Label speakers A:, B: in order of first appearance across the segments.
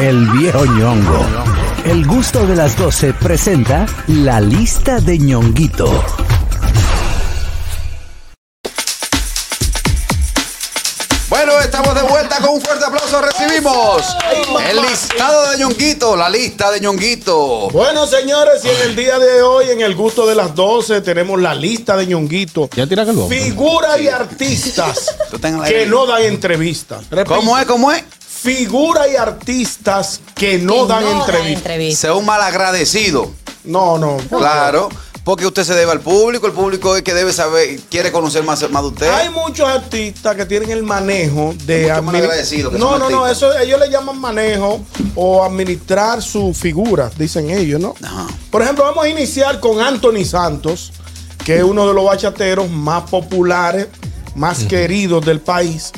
A: El viejo ñongo. El gusto de las 12 presenta la lista de ñonguito.
B: Bueno, estamos de vuelta con un fuerte aplauso. Recibimos el listado de Ñonguito, la lista de Ñonguito.
C: Bueno, señores, y en el día de hoy, en el gusto de las 12, tenemos la lista de ñonguito.
D: Ya tira que lo hago.
C: Figuras y artistas
B: Tú ten la
C: que
B: idea.
C: no dan entrevistas. Repito,
B: ¿Cómo es? ¿Cómo es?
C: Figuras y artistas que no
E: Que
C: dan
E: no
C: entrevistas.
B: Sea un malagradecido.
C: No, no.
B: Claro. Porque usted se debe al público, el público es que debe saber, quiere conocer más, más de usted.
C: Hay muchos artistas que tienen el manejo de
B: Mucho
C: admini-
B: malagradecidos que
C: No,
B: son
C: no, no,
B: artistas.
C: eso ellos le llaman manejo o administrar su figura, dicen ellos, ¿no?
B: Ajá.
C: Por ejemplo, vamos a iniciar con Anthony Santos, que es uno de los bachateros más populares, más queridos del país.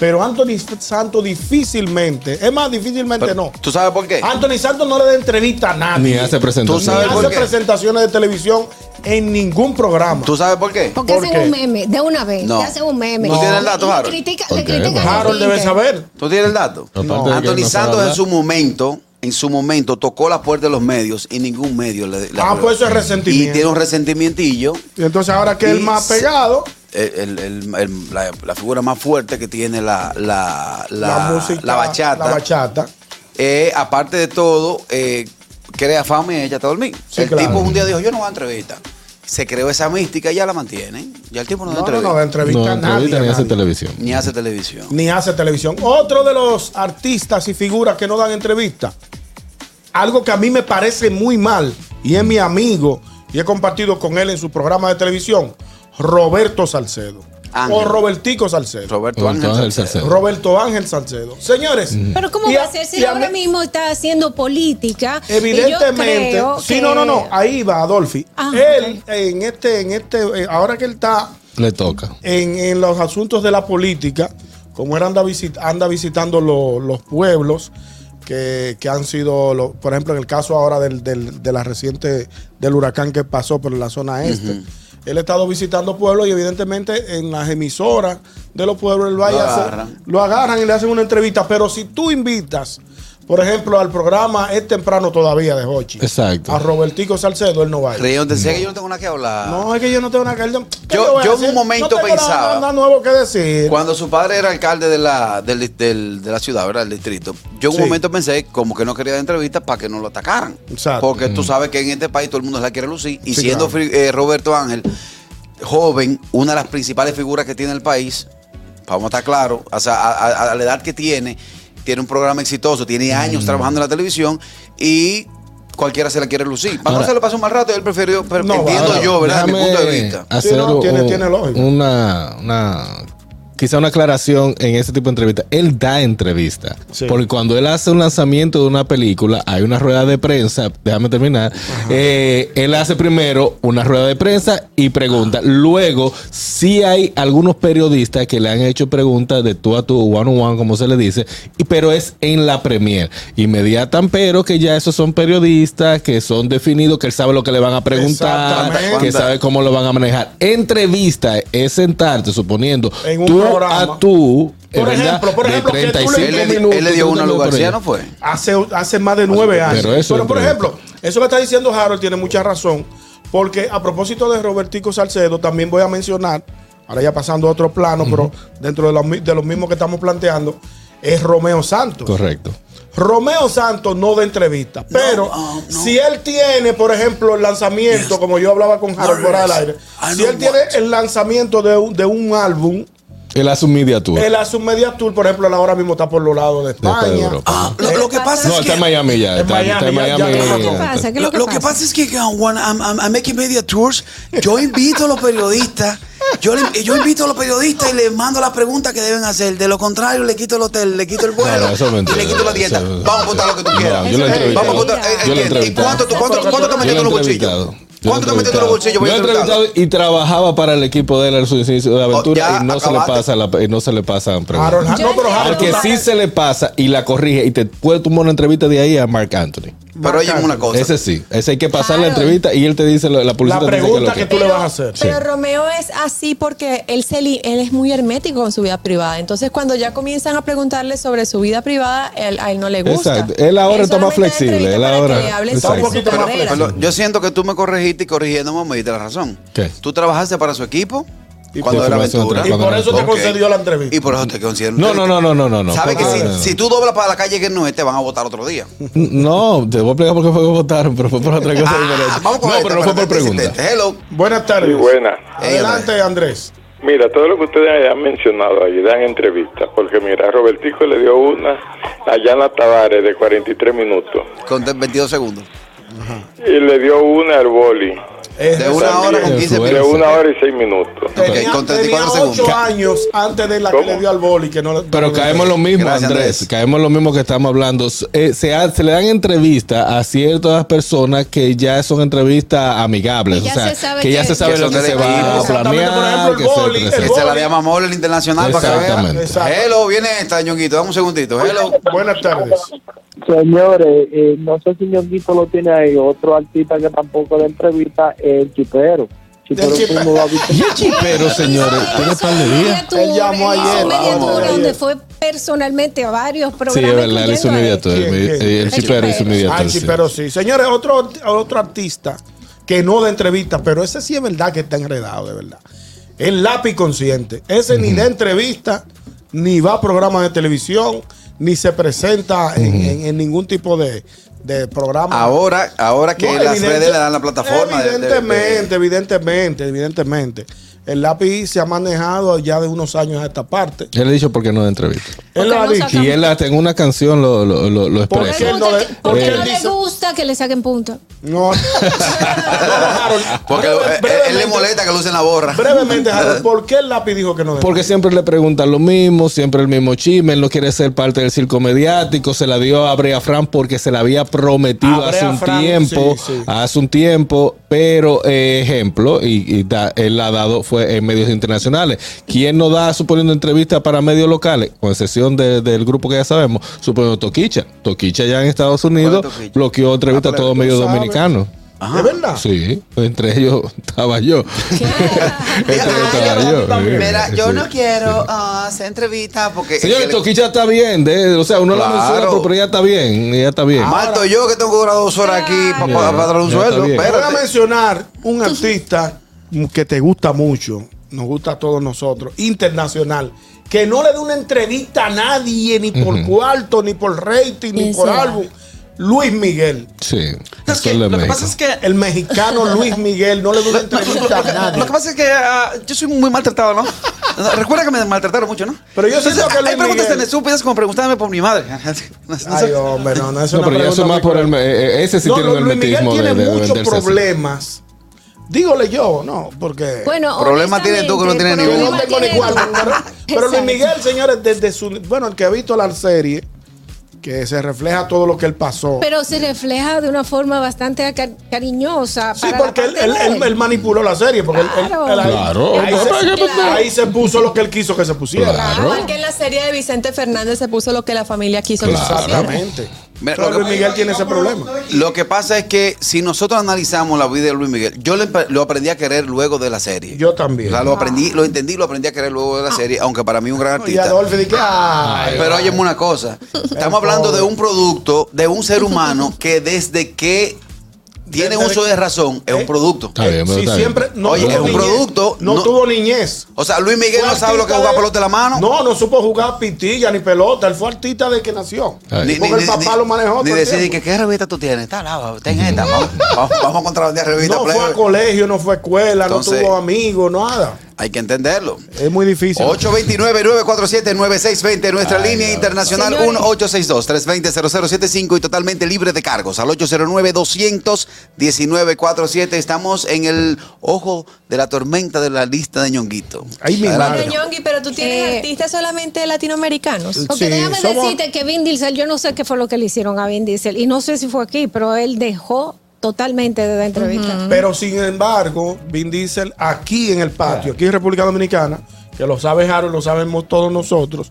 C: Pero Anthony Santos difícilmente, es más, difícilmente no.
B: ¿Tú sabes por qué?
C: Anthony Santos no le da entrevista a nadie.
D: Ni hace
B: ¿Tú
C: Ni
B: sabes
D: presentación.
B: por
C: hace
B: qué?
C: presentaciones de televisión en ningún programa.
B: ¿Tú sabes por qué?
E: Porque
C: ¿Por
E: hacen
C: qué?
E: un meme, de una vez.
B: No.
E: Te hacen un meme.
B: ¿No tiene el dato,
E: Le- le
B: Harold?
E: critica-
D: ¿Por
E: le
D: qué?
E: critican a
C: Harold debe
E: Twitter.
C: saber.
B: ¿Tú tienes el dato?
D: Aparte de que no
B: Anthony
D: sabe
B: Santos en
D: hablar.
B: su momento, en su momento, tocó la puerta de los medios y ningún medio le, le
C: Ah,
B: habló.
C: pues eso es
B: Y
C: resentimiento.
B: tiene un resentimientillo.
C: Y entonces ahora que es el más
B: Dice-
C: pegado,
B: el- el- el- el- la, la figura más fuerte que tiene la, la, la,
C: la, música,
B: la bachata.
C: La bachata.
B: Eh, aparte de todo, eh, crea fama y ella está dormir.
C: Sí,
B: el
C: claro.
B: tipo un día dijo, yo no voy a entrevista. Se creó esa mística y ya la mantiene. Ya el tipo no da
C: No, no,
B: entrevista.
C: no, de entrevista
D: No,
C: a nadie,
D: entrevista
C: a
D: ni hace
C: nadie.
D: televisión.
B: Ni hace televisión.
C: Ni hace televisión. Otro de los artistas y figuras que no dan entrevista. Algo que a mí me parece muy mal y es mi amigo y he compartido con él en su programa de televisión, Roberto Salcedo.
B: Ángel.
C: O Robertico Salcedo.
B: Roberto
D: Roberto
B: Ángel
D: Ángel
B: Salcedo.
D: Salcedo.
C: Roberto Ángel Salcedo. Señores.
E: Pero ¿cómo
C: y
E: va a ser si
C: y
E: ahora
C: mí-
E: mismo está haciendo política? Y yo
C: Evidentemente.
E: creo
C: Sí,
E: que-
C: no, no, no. Ahí va Adolfi.
E: Ah,
C: él, en este, en este, eh, ahora que él está
D: Le toca.
C: en, en los asuntos de la política, como él anda, visit- anda visitando lo- los pueblos que, que han sido, lo- por ejemplo, en el caso ahora del, del- de la reciente, del huracán que pasó por la zona este. Él ha estado visitando pueblos y evidentemente en las emisoras de los pueblos él va y
B: Lo
C: hace-
B: agarran.
C: lo agarran y le hacen una entrevista. Pero si tú invitas, por ejemplo, al programa Es Temprano Todavía de Hochi,
D: Exacto.
C: a Robertico Salcedo, él no va. a ir.
B: Reyes, decía que yo no tengo nada que hablar.
C: No, es que yo no tengo nada que decir.
B: Ah.
C: ¿Qué
B: Yo-
C: voy a
B: yo en un
C: decir?
B: momento
C: no tengo nada-
B: pensaba-
C: Nada nuevo que decir.
B: Cuando su padre era alcalde de la, del- del- de la ciudad, ¿verdad? Del distrito, yo en
C: Sí.
B: un momento pensé como que no quería dar entrevistas para que no lo atacaran.
C: Exacto.
B: Porque tú sabes que en este país todo el mundo se la quiere lucir. Y
C: Sí,
B: siendo
C: claro.
B: fri- eh, Roberto Ángel, joven, una de las principales figuras que tiene el país, vamos a estar claros, o sea, a, a- a la edad que tiene, tiene un programa exitoso, tiene años trabajando en la televisión y cualquiera se la quiere lucir. Para no
D: Ahora-
B: se le pasa un mal rato, él prefirió, pero
C: No,
B: entiendo
C: ahora,
B: yo, ¿verdad? Desde mi
D: Déjame
B: punto de vista.
D: Hacer
C: Sí, no, tiene-
D: un-
C: tiene lógica.
D: una, una- quizá una aclaración en ese tipo de entrevista. Él da entrevista.
C: Sí.
D: Porque cuando él hace un lanzamiento de una película, hay una rueda de prensa. Déjame terminar. Eh, él hace primero una rueda de prensa y pregunta.
C: Ah.
D: Luego, sí hay algunos periodistas que le han hecho preguntas de tú a tú, one on one, como se le dice, y- pero es en la premier. Inmediatan, pero que ya esos son periodistas, que son definidos, que él sabe lo que le van a preguntar,
C: Exactamente.
D: que sabe cómo lo van a manejar. Entrevista es sentarte, suponiendo,
C: En un
D: tú
C: programa.
D: a tú,
C: Por
D: es verdad,
C: ejemplo, por
D: de
C: ejemplo, que tú le-
D: 35
B: Él le, di-
D: minutos,
B: él le dio
D: 30
B: una
D: minutos
B: lugar,
D: por ahí.
B: ¿no fue?
C: Hace, hace más de nueve años.
D: pero
C: Pero,
D: eso es
C: por
D: un
C: ejemplo, eso que está diciendo Harold tiene mucha razón. Porque a propósito de Robertico Salcedo, también voy a mencionar, ahora ya pasando a otro plano, pero dentro de los, mi- de los mismos que estamos planteando, es Romeo Santos.
D: Correcto.
C: Romeo Santos no da entrevista, pero
B: oh, no.
C: si él tiene, por ejemplo, el lanzamiento,
B: Yes.
C: como yo hablaba con Harold por al
B: Yes.
C: aire,
B: I
C: si
B: know
C: él tiene
B: what.
C: el lanzamiento de un, de un álbum,
D: Él hace un media tour.
C: él hace un media tour, por ejemplo, él ahora mismo está por los lados de
D: de
C: España.
D: Europa.
B: Ah, lo, lo que pasa
D: no,
B: es que...
D: está en Miami ya.
C: En
D: Está está en
C: Miami, ya- ya lo
D: Miami.
E: Eh, ¿Qué
C: Entonces,
E: pasa? ¿Qué
B: Lo,
E: es lo que
B: lo
E: pasa?
B: que pasa es que uh, when I'm, I'm- I'm making media tours, yo invito a los periodistas, yo, le- yo invito a los periodistas y les mando las preguntas que deben hacer. De lo contrario, le quito el hotel, le quito el vuelo
D: Ah, No, no, eso es
B: y
D: mentira,
B: le quito la dieta.
D: eso es-
B: Vamos a apuntar lo que tú
D: No,
B: quieras.
D: yo lo he
B: Vamos a
D: entrevistado.
B: apuntar. eh,
D: Yo lo he
B: ¿y
D: entrevistado.
B: cuánto, tú- cuánto- cuánto te
D: Yo
B: metiste en
D: lo
B: los
D: he
B: bolsillos?
D: entrevistado. Yo lo
B: ¿Cuánto te
D: he
B: metiste en los bolsillos?
D: entrevistado.
B: por
D: Yo lo he
B: entrevistado?
D: entrevistado y trabajaba para el equipo de él en su inicio de aventura
B: Oh, ya
D: y no se le
B: acabaste.
D: pasa la- y no se le pasan
C: Harold,
D: preguntas.
C: no, pero
E: Yo
C: Harold,
D: Al que
C: tú
D: sí
C: estás-
D: se le pasa y la corrige y te puede tomar una entrevista de ahí a Mark Anthony.
B: Pero oye una cosa.
D: Ese sí. Ese hay que pasar la
E: Claro.
D: entrevista y él te dice lo- la
C: La
D: publicidad. te dice qué es lo
C: pregunta que
D: que-
C: tú le vas a hacer.
D: Sí.
F: Pero Romeo es así porque él, se li- él es muy hermético con su vida privada. Entonces, cuando ya comienzan a preguntarle sobre su vida privada, él- a él no le gusta.
D: Exacto. Él ahora está más
F: solamente da
D: flexible,
F: entrevistas
D: él
F: para
D: ahora-
F: que le hablen
D: Exacto.
C: Está un
F: sobre su
C: poquito más
F: carrera.
C: flexible.
B: Pero yo siento que tú me corregiste y corrigiéndome me diste la razón.
D: ¿Qué?
B: Tú trabajaste para su equipo
C: Y
B: cuando
D: por
B: era
D: formación
B: aventura.
C: Y
D: Cuando
C: por
D: no
C: eso te
D: toque.
B: Ok.
C: concedió la entrevista.
B: Y por eso te considero.
D: No, no, no, no, no, no, no.
B: Sabes que
D: Por
B: si,
D: nada.
B: si tú doblas para la calle que no es, te van a votar otro día.
D: No, te voy a explicar por qué fue que votaron, pero fue por otra cosa
B: Ah,
D: diferente.
B: vamos con
D: no,
B: esta,
D: pero no fue por
B: espérate,
D: pregunta.
B: insistente. Hello.
C: Buenas tardes.
G: Sí, buena.
C: Adelante, Andrés.
G: Mira, todo lo que ustedes han mencionado ahí dan entrevistas, porque mira, Robertico le dio una a Yana Tavares de 43 minutos
B: Con 22 segundos.
G: y le dio una al boli
C: Es
B: De una
C: esa-
B: hora con 15
D: Bueno,
G: de
B: minutos.
D: sí.
G: una hora y seis minutos.
C: Tenía,
B: con 34
C: tenía
B: segundos.
C: 8 años antes de la que
G: ¿Cómo?
C: le dio al boli. Que no, le-
D: Pero caemos lo mismo,
B: Gracias,
D: Andrés.
B: Andrés.
D: Caemos lo mismo que estamos hablando. S- eh, se, ha- se le dan entrevistas a ciertas personas que ya son entrevistas amigables.
E: Que ya
D: o sea,
E: se sabe
D: que ya
E: que-
D: se sabe
B: Que
D: lo
B: son
D: que se
B: del
D: va a
B: equipo.
C: Exactamente, por
D: planear.
C: ejemplo,
D: que
C: el boli,
D: etcétera,
C: el
D: etcétera.
B: Esta es la de Amamol, el internacional, para que vean.
D: Exactamente.
C: Exacto.
B: Hello, viene esta, ñonguito. Dame un segundito. Hello.
C: Buenas tardes.
H: Señores, eh, no sé si Ñonguito lo tiene ahí, otro artista que tampoco le entrevista, el chipero. Chipero
C: El Chipero.
H: tú no lo has visto.
D: Y el chipero, señores, tiene par de días.
E: Él llamó ayer. media
C: vamos,
E: tour
C: ayer.
E: donde fue personalmente a varios programas.
D: Sí, es verdad, él hizo un
E: incluyendo a
D: media
E: este.
D: tour. El,
C: ¿Quién, quién?
D: el chipero hizo un media
C: Ah,
D: tour,
C: sí,
D: sí.
C: pero sí. Señores, otro, otro artista que no da entrevistas, pero ese sí es verdad que está enredado, de verdad. El lápiz consciente. Ese ni da entrevista, ni va a programas de televisión, ni se presenta en, en- en ningún tipo de, de programa.
B: Ahora, ahora que
C: No,
B: las
C: evidente-
B: redes le dan la plataforma. de- de- de-
C: Evidentemente, evidentemente, evidentemente. El lápiz se ha manejado ya de unos años a esta parte.
D: Yo le he dicho por qué no de entrevista.
C: Él lo
E: Porque
C: ha
E: no
C: dicho.
E: saca-
D: Y él hasta en una canción lo, lo, lo, lo
C: ¿Por
D: expresa.
C: qué él no le-
E: Pregunta que- ¿Por
C: por
E: qué
C: qué
E: no
C: él
E: le
C: dice-
E: gusta que le saquen punto?
C: No.
B: Porque eh, él, le
C: brevemente-
B: molesta que lucen la borra.
C: Brevemente, Harold, ¿por qué el lápiz dijo que no?
D: Porque siempre le preguntan lo mismo, siempre el mismo chisme, él no quiere ser parte del circo mediático, se la dio a Brea Fran porque se la había prometido
C: A
D: hace
C: Brea
D: un
C: Frank,
D: tiempo,
C: sí, sí.
D: hace un tiempo, pero eh, ejemplo, y, y da- él la ha dado fue en medios internacionales. ¿Quién no da, suponiendo, entrevistas para medios locales? Con excepción de- del grupo que ya sabemos, suponiendo Toquicha. Toquicha ya en Estados Unidos
B: Toquicha?
D: bloqueó entrevistas
B: Ah,
D: a
B: pero
D: todos
B: tú
D: medios
C: sabes.
D: dominicanos.
C: ¿De verdad?
D: Sí, pues entre ellos estaba yo. Entre ellos estaba yo. eh.
I: Mira, yo
D: Sí.
I: no quiero ah, hacer entrevistas porque.
D: Señor,
I: el-
D: Toquicha está bien, de- o sea, uno la
B: Claro.
D: menciona, pero, pero ya está bien, ya está bien.
B: Ah, Malto yo que tengo que durar dos horas aquí para
D: Ya,
B: dar un
D: ya está
B: sueldo.
C: Te
D: bien.
C: voy a
B: Espérate.
C: mencionar un artista que te gusta mucho, nos gusta a todos nosotros, internacional, que no le dé una entrevista a nadie, ni por cuarto, ni por rating, ni
E: ¿Quién
C: por
E: será?
C: álbum. Luis Miguel,
D: sí,
I: Es que
D: eso es
I: lo
D: lo de
I: que
D: México.
I: pasa es que.
C: el mexicano Luis Miguel, no le dé una entrevista a nadie.
B: Lo que pasa es que ah, yo soy muy maltratado, ¿no? Recuerda que me maltrataron mucho, ¿no?
C: Pero yo siento que
B: hay
C: Luis
B: preguntas tan
C: Miguel-
B: estúpidas como preguntarme por mi madre. No sé.
C: Ay, oh. hombre, no, no, eso
D: No, pero ya eso más por el, eh, eh, ese sí
C: no,
D: tiene
C: Luis
D: un hermetismo
C: Miguel
D: de,
C: tiene
D: de
C: muchos
D: venderse así.
C: problemas. Dígole yo, no, porque...
E: Bueno,
B: Problema tienes tú que no
E: honestamente,
B: tienes
E: el
B: ninguno.
C: Yo no tengo
E: problema
C: ni
E: tienes
C: cuarto,
E: tú.
C: pero, pero Luis
E: Exacto.
C: Miguel, señores, desde su. Bueno, el que ha visto la serie, que se refleja todo lo que él pasó.
E: Pero se refleja de una forma bastante aca- cariñosa.
C: sí,
E: para la
C: porque él,
E: parte
C: él-
E: de
C: él- él manipuló la serie. Porque él- él-
E: Claro.
C: él ahí,
D: Claro.
C: ahí se,
E: Claro.
C: ahí se puso lo que él quiso que se pusiera.
D: Claro.
F: Igual que en la serie de Vicente Fernández se puso lo que la familia quiso que
D: Claro.
F: pusiera.
C: Exactamente.
B: Mira,
C: Pero
B: lo que-
C: Luis Miguel tiene ese problema.
B: Lo que pasa es que si nosotros analizamos la vida de Luis Miguel, yo le- lo aprendí a querer luego de la serie.
C: Yo también.
B: O sea, lo aprendí, lo entendí, lo aprendí a querer luego de la serie, aunque para mí un gran
C: Y
B: artista.
C: Adolfo dice que. ay,
B: Pero óyeme una cosa, estamos hablando de un producto, de un ser humano que desde que tiene
C: Desde- ¿Eh?
B: uso de razón es un producto.
D: Está bien, pero
C: si
D: está bien.
C: siempre no
B: Oye,
C: tuvo
B: es un
C: niñez,
B: producto,
C: No,
B: no-
C: tuvo niñez.
B: O sea, Luis Miguel
C: Fue
B: no sabe lo que es
C: artista
B: jugar
C: de-
B: pelota de la mano.
C: No, no supo jugar pitilla ni pelota. Él fue artista de que nació.
D: Ay.
B: Ni, ni-
C: porque el
B: ni-
C: papá
B: ni-
C: lo manejó.
B: Ni
C: todo el
B: decir
C: tiempo.
B: que qué revista tú tienes. Está lava, ten esta. Vamos, vamos, vamos a contrabandear revista.
C: No fue
B: plebe.
C: a colegio, no fue a escuela,
B: Entonces-
C: no tuvo amigos, nada.
B: Hay que entenderlo.
C: Es muy difícil.
B: 829-947-9620, nuestra línea internacional
E: Señores.
B: 1-862-320-0075 y totalmente libre de cargos al 809-219-47. Estamos en el ojo de la tormenta de la lista de ñonguito.
C: Ay, mi
B: Adelante.
C: madre.
F: Pero, Ñongui, pero tú tienes
E: Eh,
F: artistas solamente latinoamericanos.
E: Porque
C: Sí,
E: déjame
C: somos-
E: decirte que Vin Diesel, yo no sé qué fue lo que le hicieron a Vin Diesel y no sé si fue aquí, pero él dejó totalmente de la entrevista.
C: Pero sin embargo, Vin Diesel aquí en el patio, aquí en República Dominicana, que lo sabe Harold, lo sabemos todos nosotros,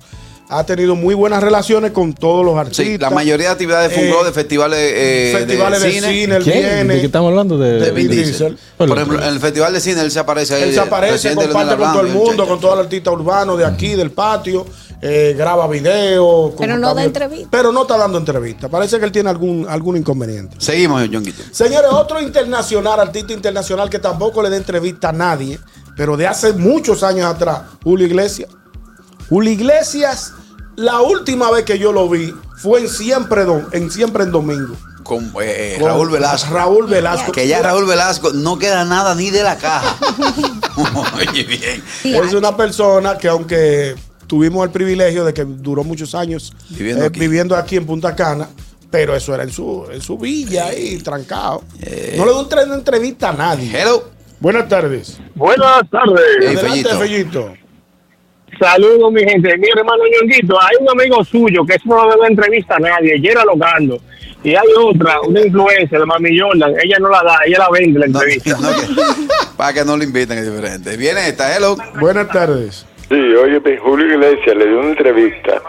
C: ha tenido muy buenas relaciones con todos los artistas.
B: Sí, la mayoría de actividades fue un
C: Eh,
B: globo de festivales, eh,
C: festivales de cine, él
D: ¿Quién?
C: viene.
D: ¿De qué estamos hablando? De,
B: de Vin Diesel.
C: Diesel.
B: Por ejemplo, en el festival de cine él se aparece ahí.
C: Él se aparece,
B: presidente de
C: comparte
B: Leonel
C: con todo el
B: Orlando,
C: mundo,
B: el
C: con todo el artista urbano de aquí, del patio, eh, graba videos.
E: Pero no da entrevista.
C: Pero no está dando entrevista. Parece que él tiene algún, algún inconveniente.
B: Seguimos, Ñonguito.
C: Señores, otro internacional, artista internacional que tampoco le da entrevista a nadie, pero de hace muchos años atrás, Julio Iglesias. Julio Iglesias, la última vez que yo lo vi fue en Siempre, Dom- en, Siempre en Domingo.
B: Con eh,
C: Con
B: Raúl Velasco.
C: Raúl Velasco.
B: Que ya Raúl Velasco no queda nada ni de la caja. Oye, bien.
C: Es una persona que aunque tuvimos el privilegio de que duró muchos años
B: Viviendo
C: eh,
B: aquí.
C: viviendo aquí en Punta Cana, pero eso era en su, en su
B: Eh.
C: villa ahí, trancado. No le dio un tren de entrevista a nadie.
B: Hello.
C: Buenas tardes.
H: Buenas
B: Hey,
H: tardes.
B: Eh. Fellito.
C: Adelante, Fellito.
H: Saludos, mi gente. Mi hermano Ñonguito, hay un amigo suyo que eso no le da entrevista a nadie, Yera Logando. Y hay otra, una influencia, la Mami Jordan. Ella no la da, ella la vende la
B: No,
H: entrevista.
B: no, que- para que no lo inviten, es diferente. Viene esta, hello.
C: Buenas tardes.
G: Sí, oye, bien, Julio Iglesias le dio una entrevista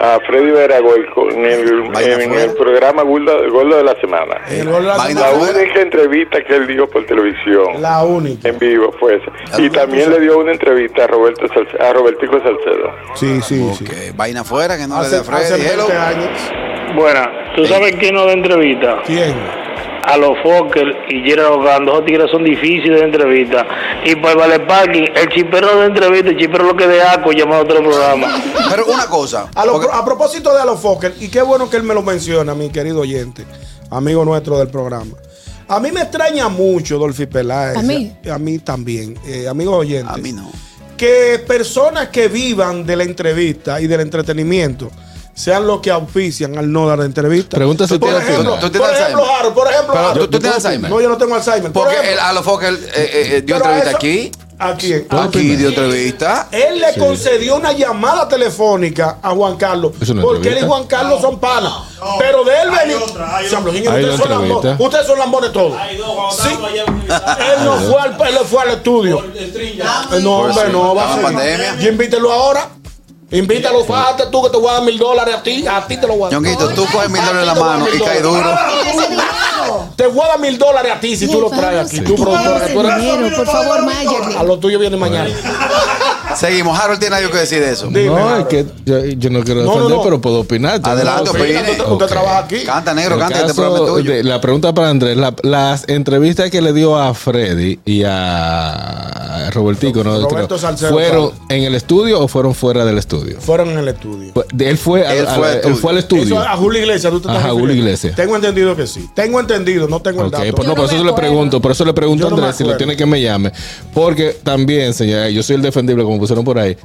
G: a Freddy Veragol con- en el,
B: Vaya
G: en
B: fuera.
G: el programa Gordo Gordo de la Semana.
C: El gol de la
B: Eh, Magda
G: La
C: semana,
B: fuera.
G: única entrevista que él dio por televisión
C: la única.
G: en vivo fue esa. Y también le dio una entrevista a Roberto Salce- a Robertico Salcedo.
C: Sí, sí, sí.
B: Que vaina afuera, que no le
C: Hace,
B: dé a Freddy.
C: hace 20
B: Hello.
C: años.
J: Buena, ¿tú sabes quién no da entrevista?
C: ¿Quién?
J: A los Fokker y Gerard Ogando, esos tigres son difíciles de entrevista. Y para Vale Parking, el chipero de entrevista, el chipero lo que de Aco llamado a otro programa.
B: Pero una cosa.
C: A, lo-
B: porque-
C: a propósito de Alofoker, y qué bueno que él me lo menciona, mi querido oyente, amigo nuestro del programa. A mí me extraña mucho, Dolphy Peláez.
E: ¿A mí?
C: A mí también. Eh, amigos oyentes.
B: a mí no.
C: que personas que vivan de la entrevista y del entretenimiento sean los que auspician al no dar entrevista.
D: Pregunta si
C: por
D: tiene
C: ejemplo,
D: Alzheimer.
B: ¿Tú tienes
C: por ejemplo,
B: Alzheimer?
C: Harold, por ejemplo,
B: Pero,
C: Harold.
B: ¿tú- tú tienes Alzheimer?
C: No, yo no tengo Alzheimer. Por
B: Porque
C: ejemplo,
B: el, a lo foco él, eh, eh, dio
C: pero
B: entrevista
C: eso- Ah,
B: aquí.
C: ¿A quién? ¿A
B: Aquí
C: quién?
B: dio entrevista.
C: Él le concedió una llamada telefónica a Juan Carlos.
D: Es una
C: porque él y
D: entrevista.
C: Juan Carlos son panas. pero de él venir. Sí, pero, señor,
D: Hay
C: ustedes,
D: otra
C: son lambones,
D: entrevista.
C: ustedes son lambones todos. Sí. él no fue al, él fue al estudio. Eh, No,
B: Pues
C: hombre,
B: sí,
C: no, va a
B: estaba
C: seguir.
B: pandemia.
C: Y invítelo ahora. Invítalo, fíjate tú que te voy a dar mil dólares a ti. A ti te lo voy a dar.
B: Ñonguito, tú coges mi dólar en la
C: Ay,
B: mano y
C: Dios.
B: cae duro.
E: Ese dinero.
C: Te voy a dar mil dólares a ti si tú lo
E: Llevamos
C: traes aquí.
E: el
C: Tú, productora, tú eres-
E: dinero, por favor, Mayer.
C: A lo tuyo viene mañana.
B: Seguimos. Harold tiene algo que decir de eso.
C: Dime,
D: No, es
C: Harold.
D: que yo, yo no quiero
C: No, no,
D: defender,
C: no.
D: pero puedo opinar. Yo
B: Adelante,
D: no-
C: Sí,
B: opina.
C: usted-
D: Ok.
C: Usted trabaja aquí.
B: Canta negro,
D: El
B: canta, este
D: caso
B: programa es tuyo.
D: de- la pregunta para Andrés, la- las entrevistas que le dio a Freddy y a Robertico, ¿no?
C: Roberto
D: Creo,
C: Salcedo,
D: ¿fueron en el estudio o fueron fuera del estudio?
C: Fueron en el estudio.
D: Fue- de- Él fue, a-
B: Él
D: a-
B: fue al
D: él
B: estudio.
D: fue al
C: Eso
D: estudio.
C: a Julio Iglesias, tú te estás
D: Ajá,
C: refiriendo.
D: Julio Iglesias.
C: Tengo entendido que sí. Tengo entendido, no tengo el
D: Ok,
C: dato.
D: pues no,
E: Yo no
D: por eso
E: me
D: le
E: acuerdo.
D: pregunto, por eso le pregunto
C: Yo
D: a
C: no me
D: Andrés si lo
C: acuerdo.
D: tiene que me llame. Porque también, señora, yo soy el defendible, como pusieron por ahí.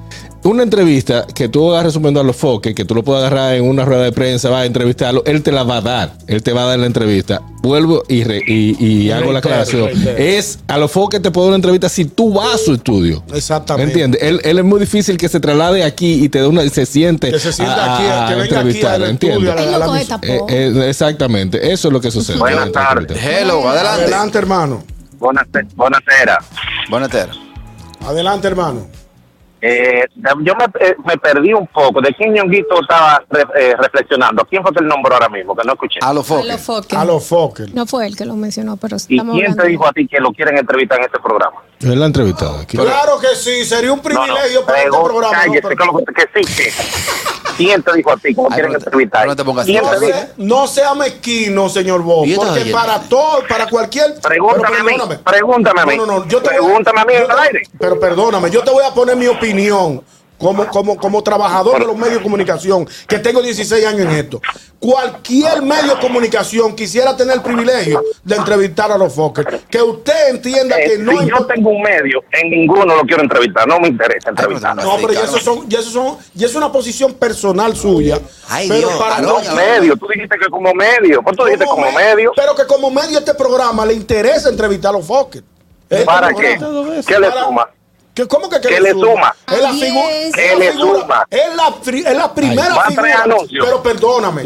D: Una entrevista que tú hagas resumiendo a los foques, que tú lo puedas agarrar en una rueda de prensa, va a entrevistarlo, él te la va a dar. Él te va a dar la entrevista. Vuelvo y, re- y- y hago la
C: Reitero,
D: aclaración.
C: reitero.
D: Es a los foques te puedo dar una entrevista si tú vas a su estudio.
C: Exactamente.
D: ¿Entiendes? Él, él es muy difícil que se traslade aquí y te dé una, y se siente.
C: Que se sienta
D: a-
C: aquí,
D: a-
C: que
D: a
C: venga aquí al
D: entrevistarlo,
C: estudio. a la-
E: Él
C: a la
E: no coge
C: misa.
E: tapón.
D: Eh, eh, exactamente, eso es lo que sucede.
G: Buenas tardes.
B: Hello, adelante.
C: Adelante, hermano.
H: Buenas, buenas
B: Buenas tardes.
C: Adelante, hermano.
H: Eh, yo me, eh, me perdí un poco. ¿De quién Ñonguito estaba re- eh, reflexionando? ¿Quién fue que el nombró ahora mismo? Que no escuché.
B: A los
F: A
B: foques.
F: los foques.
C: A los Fokker.
E: No fue él que lo mencionó, pero
H: ¿Y
E: estamos
H: quién
E: hablando.
H: te dijo a ti que lo quieren entrevistar en este programa?
D: Él la ha entrevistado aquí.
C: Claro que sí, sería un
H: No, no,
C: privilegio para este
H: pregó-
C: programa. ¿no?
H: cállese,
C: Pero-
H: que lo- que sí, que- ¿Quién te dijo a ti que lo
B: Ay,
H: quieren
B: no te-
H: entrevistar?
B: no te pongas
H: ¿Quién
C: No
H: te
B: celoso.
H: dijo?
C: sea, no sea mezquino, señor Bob,
B: Y esto es
C: porque
B: oyente.
C: para todo, para cualquier.
H: Pregúntame
C: Pero
H: a mí,
C: perdóname.
H: pregúntame a mí.
C: No, no, no, yo te-
H: Pregúntame a mí en
C: yo
H: el
C: te-
H: aire.
C: Pero perdóname, yo te voy a poner mi opinión como, como, como trabajador de los medios de comunicación, que tengo 16 años en esto. Cualquier medio de comunicación quisiera tener el privilegio de entrevistar a los Fokker. Que usted entienda
H: Eh,
C: que no.
H: si yo
C: impo-
H: tengo un medio, en ninguno lo quiero entrevistar. No me interesa entrevistar.
B: Ay,
C: No, pero ya
B: Ricardo.
C: eso son, ya eso son, ya es una posición personal suya.
B: Ay,
C: pero
B: Dios,
C: para
B: Aarón,
C: no-
B: Aarón.
H: medio, tú dijiste que como medio. ¿Por qué tú dijiste
C: Como
H: como
C: me-
H: medio?
C: Pero que como medio este programa le interesa entrevistar a los Fokker. Este
H: ¿Para qué?
C: programa-
H: ¿Qué le
C: Para-
H: suma?
C: ¿Qué, ¿Cómo que,
H: Que le suma.
C: Es la,
E: Así
C: figu-
E: es.
C: es
H: Que le
C: la figura.
H: suma.
C: Es la, fri- es la primera
H: Va a traer
C: figura.
H: anuncio.
C: Pero perdóname.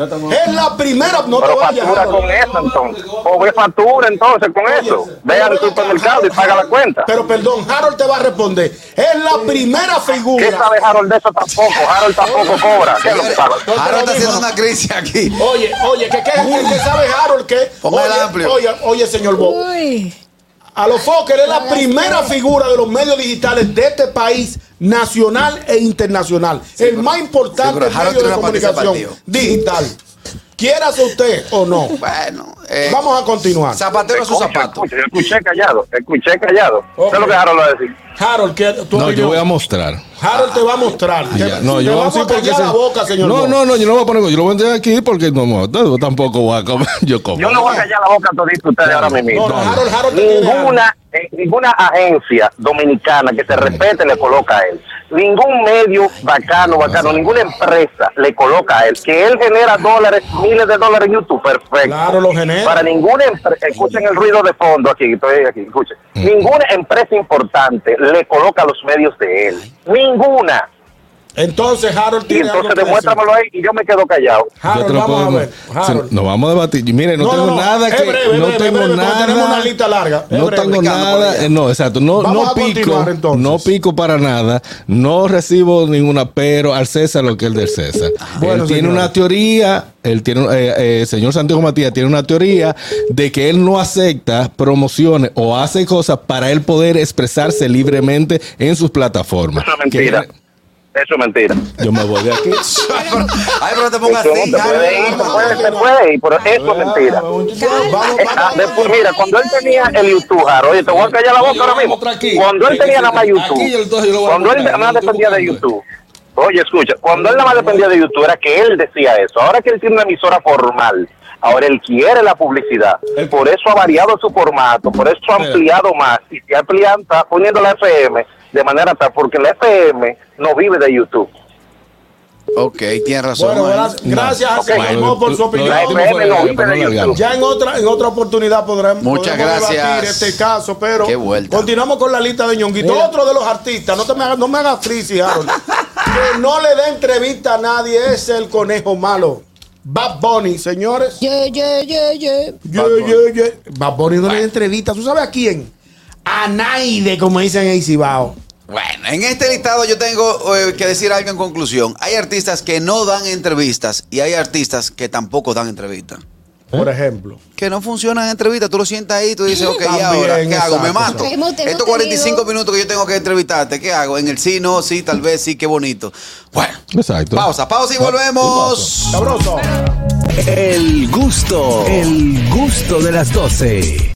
C: Es la primera. No te
H: Pero
C: vayas.
H: factura
C: Harold.
H: con eso entonces. O ve factura entonces con eso. Ve al supermercado y paga la cuenta.
C: Pero perdón, Harold te va a responder. Es la primera figura.
H: ¿Qué sabe Harold de eso tampoco? Harold tampoco cobra. ¿Qué es lo que sabe?
B: Ahora está haciendo una crisis aquí.
C: Oye, oye, ¿qué, qué, qué- qué sabe Harold? Que,
B: Ponga el
C: oye,
B: amplio.
C: oye, oye, señor Bo.
E: Uy.
C: A los Fokker es la primera figura de los medios digitales de este país, nacional e internacional. el más
B: sí,
C: importante
B: pero Harold
C: medio de
B: tiene una participa
C: comunicación digital. Quieras usted o no.
B: Bueno, eh,
C: Vamos a continuar.
B: zapatero a su
H: Escucha,
B: zapato.
H: escucha, Yo escuché callado. Escuché callado.
C: Ok.
H: ¿Qué es lo que Harold va a decir?
C: Harold, ¿qué- tu
D: No, yo
C: opinión?
D: voy a mostrar.
C: Harold te va a mostrar.
D: Ah,
C: Te-
D: ya. No,
C: te
D: yo
C: vamos
D: sí
C: a
D: porque
C: callar
D: se-
C: la boca, señor.
D: No,
C: Bo.
D: no, no, yo no voy a poner. Yo lo voy a entregar aquí porque no, no, yo tampoco voy a comer. Yo como.
H: Yo no voy a callar la boca a todito ustedes ahora mismo.
C: No, no, Harold, Harold te tiene hambre.
H: Ninguna, eh, ninguna agencia dominicana que se respete le coloca a él. Ningún medio bacano, bacano, ninguna empresa le coloca a él. Que él genera dólares, miles de dólares en YouTube, perfecto.
C: Claro, lo genera.
H: Para ninguna empresa, escuchen el ruido de fondo aquí, estoy aquí, escuchen.
C: Mm.
H: Ninguna empresa importante le coloca a los medios de él. Ninguna.
C: Entonces, Harold
H: Y
C: tiene algo
H: entonces
C: que decir.
H: demuéstramelo ahí y yo me quedo callado.
D: Yo te
C: Harold,
D: lo
C: vamos a
D: puedo-
C: ver.
D: se-
C: Harold.
D: nos vamos a debatir. Mire, no,
C: No,
D: tengo
C: no, no.
D: nada
C: Es
D: que.
C: breve,
D: no
C: breve,
D: tengo
C: breve, porque
D: nada.
C: tenemos una lista larga. Es
D: No
C: breve,
D: tengo
B: Ricardo, por
D: nada.
B: allá.
D: eh, No, exacto. No,
C: Vamos
D: no
C: a continuar,
D: pico.
C: entonces.
D: No pico para nada. No recibo ninguna, pero al César lo que es del César.
C: Ah. Bueno,
D: él tiene
C: señores.
D: una teoría. Él tiene, eh, eh, el señor Santiago Matías tiene una teoría de que él no acepta promociones o hace cosas para él poder expresarse libremente en sus plataformas.
H: Eso es mentira. Eso es mentira.
D: Que- yo me voy de aquí.
B: Ay, pero no te pongas
H: Eso
B: así,
H: no te Este puede ir,
B: Harold.
H: no puede, se puede ir, pero eso es mentira.
C: Vamos,
H: Eh, ah,
C: vamos.
H: después, mira, cuando él tenía el YouTube, Harold, oye, te voy a callar la boca ahora mismo. Cuando él tenía nada más
D: Aquí yo
H: YouTube,
D: entonces yo lo voy a
H: cuando él
D: buscar,
H: nada más
D: yo lo estoy
H: dependía de
D: buscando.
H: YouTube. Oye, escucha, cuando él nada más dependía de YouTube era que él decía eso. Ahora que él tiene una emisora formal, ahora él quiere la publicidad. Por eso ha variado su formato, por eso ha ampliado más y se ha ampliado, está poniendo la FM de manera tal, porque la FM no vive de YouTube.
B: Ok, tienes razón.
C: Bueno,
B: Ángel.
C: gracias, gracias
H: No.
C: a Señor
H: Ok.
C: Bo por su
D: Lo- lo-
C: opinión.
H: La
D: lo-
H: FM no
D: lo-
H: vive de
D: lo- lo-
H: YouTube.
C: Ya en otra, en otra oportunidad podremos,
B: Muchas
C: podremos
B: gracias.
C: debatir este caso, pero
B: Qué vuelta.
C: continuamos con la lista de ñonguito. Otro de los artistas, no, te me, hagas- no me hagas crisis, Harold, que no le dé entrevista a nadie, es el conejo malo. Bad Bunny, señores.
E: Ye, ye, ye, ye.
C: Yo, yo, yo. Bad Bunny no le dé entrevista. ¿Tú sabes a quién? A Naide, como dicen en Cibao.
B: Bueno, en este listado yo tengo eh, que decir algo en conclusión. Hay artistas que no dan entrevistas y hay artistas que tampoco dan entrevistas.
C: Por ejemplo.
B: Que no funcionan en entrevistas. Tú lo sientas ahí y tú dices, ok, ¿y
C: También,
B: ahora qué hago? ¿Me
C: exacto.
B: mato?
E: Hemos- hemos
B: Estos 45
E: tenido-
B: minutos que yo tengo que entrevistarte, ¿qué hago? ¿En el sí, no, sí, tal vez sí, qué bonito? Bueno,
D: Exacto.
B: pausa, pausa y volvemos.
C: Sabroso.
A: El gusto, el gusto de las 12.